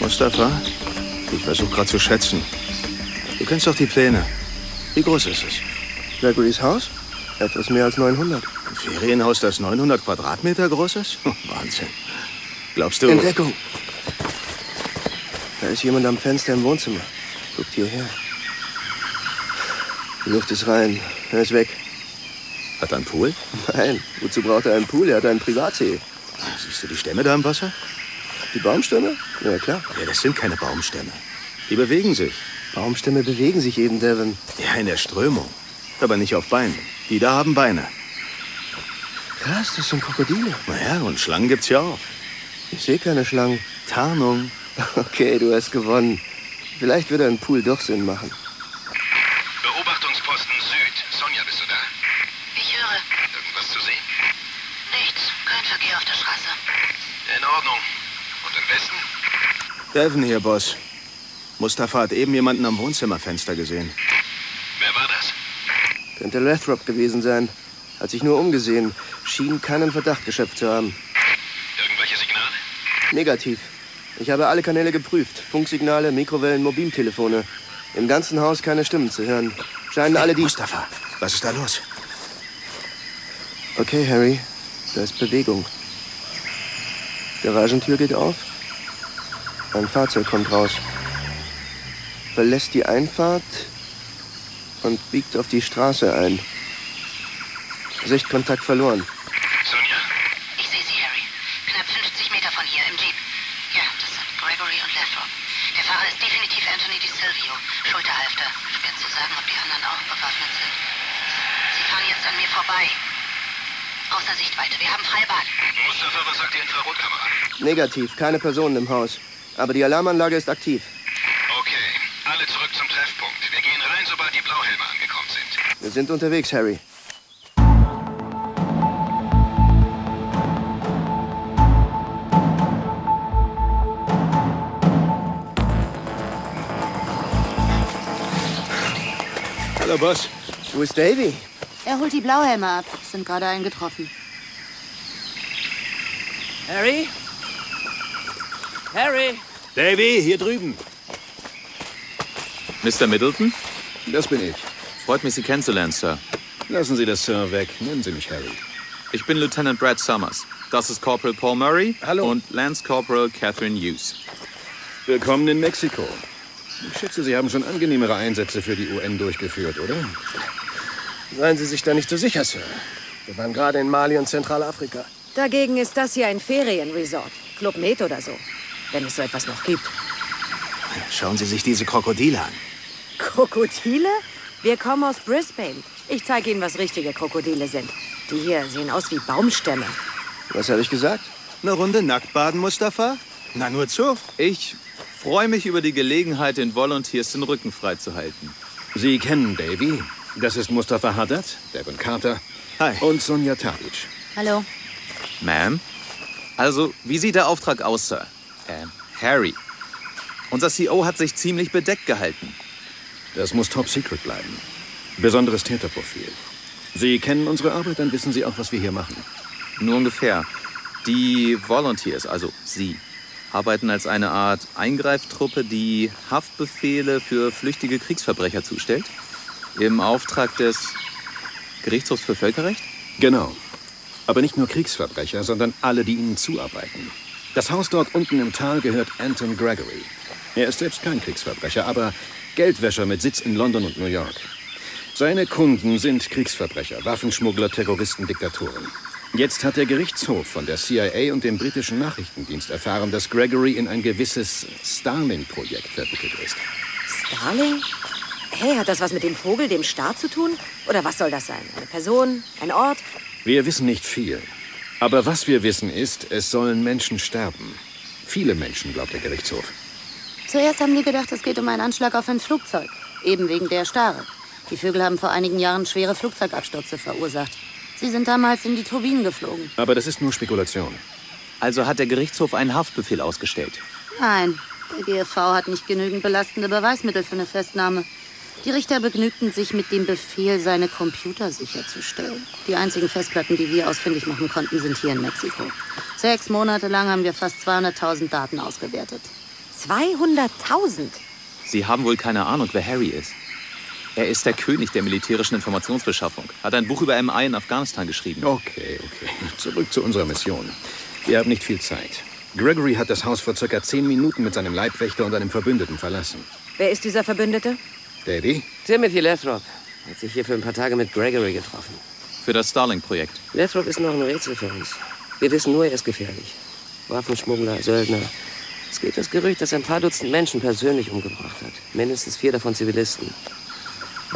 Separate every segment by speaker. Speaker 1: Mustafa, ich versuche gerade zu schätzen. Du kennst doch die Pläne. Wie groß ist es?
Speaker 2: Gregorys Haus? Etwas mehr als 900.
Speaker 1: Ein Ferienhaus, das 900 Quadratmeter groß ist? Wahnsinn. Glaubst du...
Speaker 2: Entdeckung! Da ist jemand am Fenster im Wohnzimmer. Guckt hierher. Die Luft ist rein. Er ist weg.
Speaker 1: Hat er einen Pool?
Speaker 2: Nein, wozu braucht er einen Pool? Er hat einen Privatsee.
Speaker 1: Siehst du die Stämme da im Wasser?
Speaker 2: Die Baumstämme? Ja, klar.
Speaker 1: Ja, das sind keine Baumstämme. Die bewegen sich.
Speaker 2: Baumstämme bewegen sich eben, Devin.
Speaker 1: Ja, in der Strömung. Aber nicht auf Beinen. Die da haben Beine.
Speaker 2: Krass, das sind Krokodile.
Speaker 1: Naja, und Schlangen gibt's ja auch.
Speaker 2: Ich sehe keine Schlangen.
Speaker 1: Tarnung.
Speaker 2: Okay, du hast gewonnen. Vielleicht würde ein Pool doch Sinn machen.
Speaker 3: Beobachtungsposten Süd. Sonja, bist du da?
Speaker 4: Ich höre
Speaker 3: Irgendwas zu sehen?
Speaker 4: nichts, kein Verkehr auf der Straße.
Speaker 3: In Ordnung. Und im Westen?
Speaker 1: Devin hier, Boss. Mustafa hat eben jemanden am Wohnzimmerfenster gesehen.
Speaker 3: Wer war das?
Speaker 2: Könnte Lathrop gewesen sein. Hat sich nur umgesehen. Schien keinen Verdacht geschöpft zu haben.
Speaker 3: Irgendwelche Signale?
Speaker 2: Negativ. Ich habe alle Kanäle geprüft. Funksignale, Mikrowellen, Mobiltelefone. Im ganzen Haus keine Stimmen zu hören. Scheinen alle die...
Speaker 1: Mustafa, was ist da los?
Speaker 2: Okay, Harry. Da ist Bewegung. Garagentür geht auf. Ein Fahrzeug kommt raus. Verlässt die Einfahrt und biegt auf die Straße ein. Sichtkontakt verloren.
Speaker 3: Sonja?
Speaker 4: Ich sehe sie, Harry. Knapp 50 Meter von hier, im Jeep. Ja, das sind Gregory und Lathrop. Der Fahrer ist definitiv Anthony Di Silvio, Schulterhalfter. Schwer zu sagen, ob die anderen auch bewaffnet sind. Sie fahren jetzt an mir vorbei. Außer Sichtweite, wir haben freie Bahn.
Speaker 3: Mustafa, was sagt die Infrarotkamera?
Speaker 2: Negativ, keine Personen im Haus. Aber die Alarmanlage ist aktiv.
Speaker 3: Okay, alle zurück zum Treffpunkt. Wir gehen rein, sobald die Blauhelme angekommen sind.
Speaker 2: Wir sind unterwegs, Harry.
Speaker 1: Hallo, Boss.
Speaker 2: Wo ist Davy?
Speaker 5: Er holt die Blauhelme ab. Sind gerade eingetroffen.
Speaker 6: Harry? Harry?
Speaker 1: Davy, hier drüben.
Speaker 7: Mr. Middleton?
Speaker 8: Das bin ich.
Speaker 7: Freut mich, Sie kennenzulernen, Sir.
Speaker 8: Lassen Sie das Sir weg. Nennen Sie mich Harry.
Speaker 7: Ich bin Lieutenant Brad Summers. Das ist Corporal Paul Murray.
Speaker 8: Hallo.
Speaker 7: Und Lance Corporal Catherine Hughes.
Speaker 8: Willkommen in Mexiko. Ich schätze, Sie haben schon angenehmere Einsätze für die UN durchgeführt, oder?
Speaker 2: Seien Sie sich da nicht so sicher, Sir. Wir waren gerade in Mali und Zentralafrika.
Speaker 9: Dagegen ist das hier ein Ferienresort. Club Med oder so. Wenn es so etwas noch gibt.
Speaker 1: Schauen Sie sich diese Krokodile an.
Speaker 9: Krokodile? Wir kommen aus Brisbane. Ich zeige Ihnen, was richtige Krokodile sind. Die hier sehen aus wie Baumstämme.
Speaker 2: Was habe ich gesagt?
Speaker 1: Eine Runde Nacktbaden, Mustafa? Na, nur zu.
Speaker 7: Ich freue mich über die Gelegenheit, den Volunteers den Rücken freizuhalten.
Speaker 8: Sie kennen Davy. Das ist Mustafa Haddad, Devin Carter
Speaker 1: Hi.
Speaker 8: und Sonja Tadic.
Speaker 5: Hallo.
Speaker 7: Ma'am? Also, wie sieht der Auftrag aus, Sir? Ähm, Harry. Unser CEO hat sich ziemlich bedeckt gehalten.
Speaker 8: Das muss top secret bleiben. Besonderes Täterprofil. Sie kennen unsere Arbeit, dann wissen Sie auch, was wir hier machen.
Speaker 7: Nur ungefähr. Die Volunteers, also Sie, arbeiten als eine Art Eingreiftruppe, die Haftbefehle für flüchtige Kriegsverbrecher zustellt. Im Auftrag des Gerichtshofs für Völkerrecht?
Speaker 8: Genau. Aber nicht nur Kriegsverbrecher, sondern alle, die ihnen zuarbeiten. Das Haus dort unten im Tal gehört Anton Gregory. Er ist selbst kein Kriegsverbrecher, aber Geldwäscher mit Sitz in London und New York. Seine Kunden sind Kriegsverbrecher, Waffenschmuggler, Terroristen, Diktatoren. Jetzt hat der Gerichtshof von der CIA und dem britischen Nachrichtendienst erfahren, dass Gregory in ein gewisses Stalin-Projekt verwickelt ist.
Speaker 9: Starling? Hey, hat das was mit dem Vogel, dem Star zu tun? Oder was soll das sein? Eine Person? Ein Ort?
Speaker 8: Wir wissen nicht viel. Aber was wir wissen ist, es sollen Menschen sterben. Viele Menschen, glaubt der Gerichtshof.
Speaker 5: Zuerst haben wir gedacht, es geht um einen Anschlag auf ein Flugzeug. Eben wegen der Stare. Die Vögel haben vor einigen Jahren schwere Flugzeugabstürze verursacht. Sie sind damals in die Turbinen geflogen.
Speaker 8: Aber das ist nur Spekulation.
Speaker 7: Also hat der Gerichtshof einen Haftbefehl ausgestellt.
Speaker 5: Nein, der GFV hat nicht genügend belastende Beweismittel für eine Festnahme. Die Richter begnügten sich mit dem Befehl, seine Computer sicherzustellen. Die einzigen Festplatten, die wir ausfindig machen konnten, sind hier in Mexiko. Sechs Monate lang haben wir fast 200.000 Daten ausgewertet.
Speaker 9: 200.000.
Speaker 7: Sie haben wohl keine Ahnung, wer Harry ist. Er ist der König der militärischen Informationsbeschaffung. Hat ein Buch über MI in Afghanistan geschrieben.
Speaker 8: Okay, okay. Zurück zu unserer Mission. Wir haben nicht viel Zeit. Gregory hat das Haus vor circa zehn Minuten mit seinem Leibwächter und einem Verbündeten verlassen.
Speaker 9: Wer ist dieser Verbündete?
Speaker 8: Davy?
Speaker 6: Timothy Lethrop hat sich hier für ein paar Tage mit Gregory getroffen.
Speaker 7: Für das Starling-Projekt.
Speaker 6: Lethrop ist noch ein Rätsel für uns. Wir wissen nur, er ist gefährlich. Waffenschmuggler, Söldner. Es geht das Gerücht, dass er ein paar Dutzend Menschen persönlich umgebracht hat. Mindestens vier davon Zivilisten.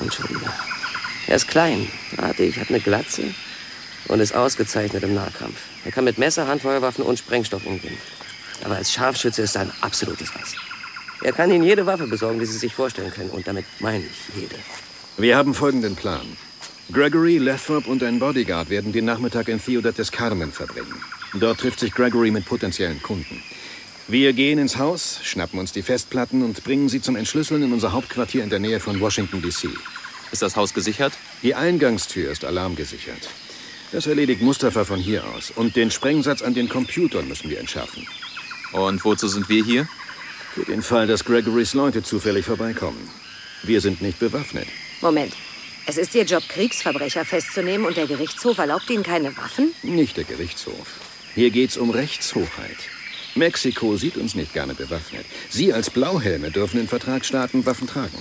Speaker 6: Entschuldige. Er ist klein, artig, hat eine Glatze und ist ausgezeichnet im Nahkampf. Er kann mit Messer, Handfeuerwaffen und Sprengstoff umgehen. Aber als Scharfschütze ist er ein absolutes Eis. Er kann Ihnen jede Waffe besorgen, die Sie sich vorstellen können. Und damit meine ich jede.
Speaker 8: Wir haben folgenden Plan. Gregory, Lethrop und ein Bodyguard werden den Nachmittag in Ciudad des Carmen verbringen. Dort trifft sich Gregory mit potenziellen Kunden. Wir gehen ins Haus, schnappen uns die Festplatten und bringen sie zum Entschlüsseln in unser Hauptquartier in der Nähe von Washington, D.C.
Speaker 7: Ist das Haus gesichert?
Speaker 8: Die Eingangstür ist alarmgesichert. Das erledigt Mustafa von hier aus. Und den Sprengsatz an den Computern müssen wir entschärfen.
Speaker 7: Und wozu sind wir hier?
Speaker 8: Für den Fall, dass Gregorys Leute zufällig vorbeikommen. Wir sind nicht bewaffnet.
Speaker 9: Moment. Es ist Ihr Job, Kriegsverbrecher festzunehmen und der Gerichtshof erlaubt Ihnen keine Waffen?
Speaker 8: Nicht der Gerichtshof. Hier geht's um Rechtshoheit. Mexiko sieht uns nicht gerne bewaffnet. Sie als Blauhelme dürfen in Vertragsstaaten Waffen tragen.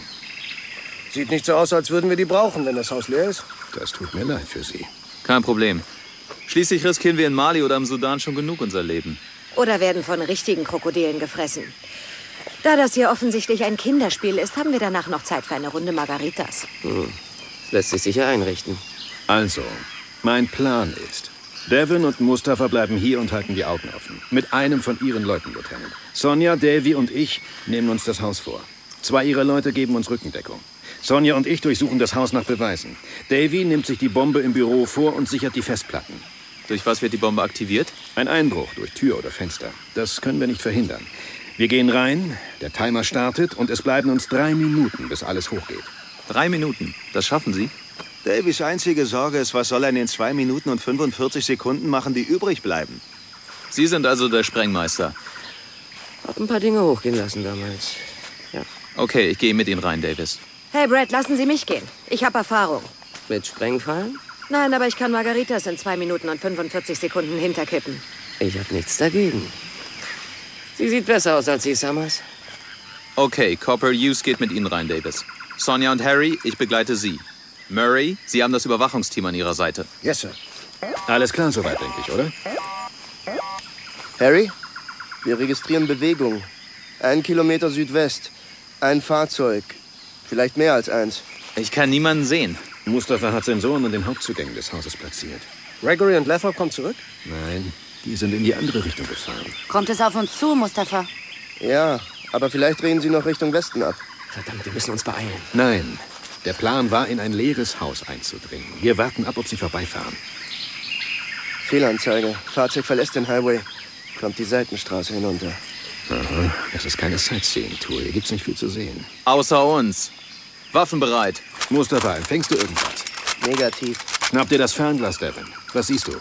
Speaker 10: Sieht nicht so aus, als würden wir die brauchen, wenn das Haus leer ist.
Speaker 8: Das tut mir leid für Sie.
Speaker 7: Kein Problem. Schließlich riskieren wir in Mali oder im Sudan schon genug unser Leben.
Speaker 9: Oder werden von richtigen Krokodilen gefressen? Da das hier offensichtlich ein Kinderspiel ist, haben wir danach noch Zeit für eine Runde Margaritas.
Speaker 6: Hm. Das lässt sich sicher einrichten.
Speaker 8: Also, mein Plan ist, Devin und Mustafa bleiben hier und halten die Augen offen. Mit einem von ihren Leuten, Lieutenant. Sonja, Davy und ich nehmen uns das Haus vor. Zwei ihrer Leute geben uns Rückendeckung. Sonja und ich durchsuchen das Haus nach Beweisen. Davy nimmt sich die Bombe im Büro vor und sichert die Festplatten.
Speaker 7: Durch was wird die Bombe aktiviert?
Speaker 8: Ein Einbruch durch Tür oder Fenster. Das können wir nicht verhindern. Wir gehen rein, der Timer startet und es bleiben uns drei Minuten, bis alles hochgeht.
Speaker 7: Drei Minuten. Das schaffen Sie?
Speaker 1: Davies einzige Sorge ist, was soll er in den 2 Minuten und 45 Sekunden machen, die übrig bleiben?
Speaker 7: Sie sind also der Sprengmeister.
Speaker 6: Hab ein paar Dinge hochgehen lassen damals. Ja.
Speaker 7: Okay, ich gehe mit Ihnen rein, Davis.
Speaker 9: Hey, Brad, lassen Sie mich gehen. Ich habe Erfahrung.
Speaker 6: Mit Sprengfallen?
Speaker 9: Nein, aber ich kann Margaritas in 2 Minuten und 45 Sekunden hinterkippen.
Speaker 6: Ich hab nichts dagegen. Sie sieht besser aus als Sie, Summers.
Speaker 7: Okay, Copper Hughes geht mit Ihnen rein, Davis. Sonja und Harry, ich begleite Sie. Murray, Sie haben das Überwachungsteam an Ihrer Seite.
Speaker 10: Yes, Sir.
Speaker 8: Alles klar soweit, denke ich, oder?
Speaker 2: Harry, wir registrieren Bewegung. Ein Kilometer Südwest. Ein Fahrzeug. Vielleicht mehr als eins.
Speaker 7: Ich kann niemanden sehen.
Speaker 8: Mustafa hat Sensoren an den Hauptzugängen des Hauses platziert.
Speaker 10: Gregory und Lethrop kommen zurück?
Speaker 8: Nein, die sind in die andere Richtung gefahren.
Speaker 5: Kommt es auf uns zu, Mustafa?
Speaker 2: Ja, aber vielleicht drehen sie noch Richtung Westen ab.
Speaker 6: Verdammt, wir müssen uns beeilen.
Speaker 8: Nein, der Plan war, in ein leeres Haus einzudringen. Wir warten ab, ob sie vorbeifahren.
Speaker 2: Fehlanzeige. Fahrzeug verlässt den Highway. Kommt die Seitenstraße hinunter.
Speaker 8: Aha, das ist keine Sightseeing-Tour. Hier gibt's nicht viel zu sehen.
Speaker 7: Außer uns. Waffen bereit.
Speaker 8: Mustafa, empfängst du irgendwas?
Speaker 2: Negativ.
Speaker 8: Schnapp dir das Fernglas, Devin. Was siehst du?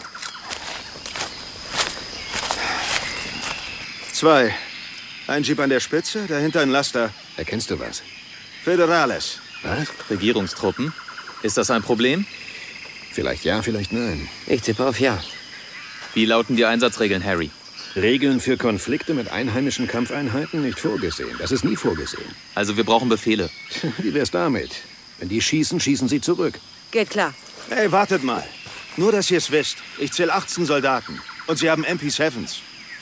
Speaker 1: Zwei. Ein Jeep an der Spitze, dahinter ein Laster.
Speaker 8: Erkennst du was?
Speaker 1: Federales.
Speaker 8: Was?
Speaker 7: Regierungstruppen? Ist das ein Problem?
Speaker 8: Vielleicht ja, vielleicht nein.
Speaker 6: Ich tippe auf Ja.
Speaker 7: Wie lauten die Einsatzregeln, Harry?
Speaker 8: Regeln für Konflikte mit einheimischen Kampfeinheiten nicht vorgesehen. Das ist nie vorgesehen.
Speaker 7: Also wir brauchen Befehle.
Speaker 8: Wie wär's damit? Wenn die schießen, schießen sie zurück.
Speaker 9: Geht klar.
Speaker 1: Hey, wartet mal. Nur, dass ihr es wisst. Ich zähle 18 Soldaten. Und sie haben MP7s.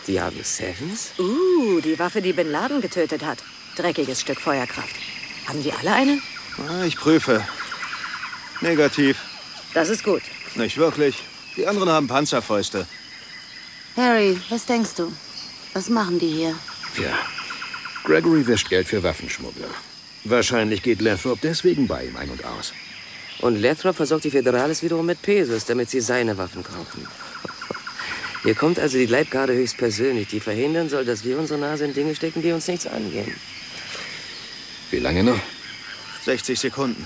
Speaker 6: Sie haben Sevens?
Speaker 9: Uh, die Waffe, die Bin Laden getötet hat. Dreckiges Stück Feuerkraft. Haben die alle eine?
Speaker 1: Ah, Ich prüfe. Negativ.
Speaker 9: Das ist gut.
Speaker 1: Nicht wirklich. Die anderen haben Panzerfäuste.
Speaker 5: Harry, was denkst du? Was machen die hier?
Speaker 8: Ja. Gregory wäscht Geld für Waffenschmuggler. Wahrscheinlich geht Lethrop deswegen bei ihm ein und aus.
Speaker 6: Und Lethrop versorgt die Federales wiederum mit Pesos, damit sie seine Waffen kaufen. Hier kommt also die Leibgarde höchstpersönlich, die verhindern soll, dass wir unsere Nase in Dinge stecken, die uns nichts angehen.
Speaker 8: Wie lange noch?
Speaker 1: 60 Sekunden.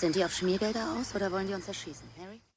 Speaker 5: Sind die auf Schmiergelder aus oder wollen die uns erschießen? Harry?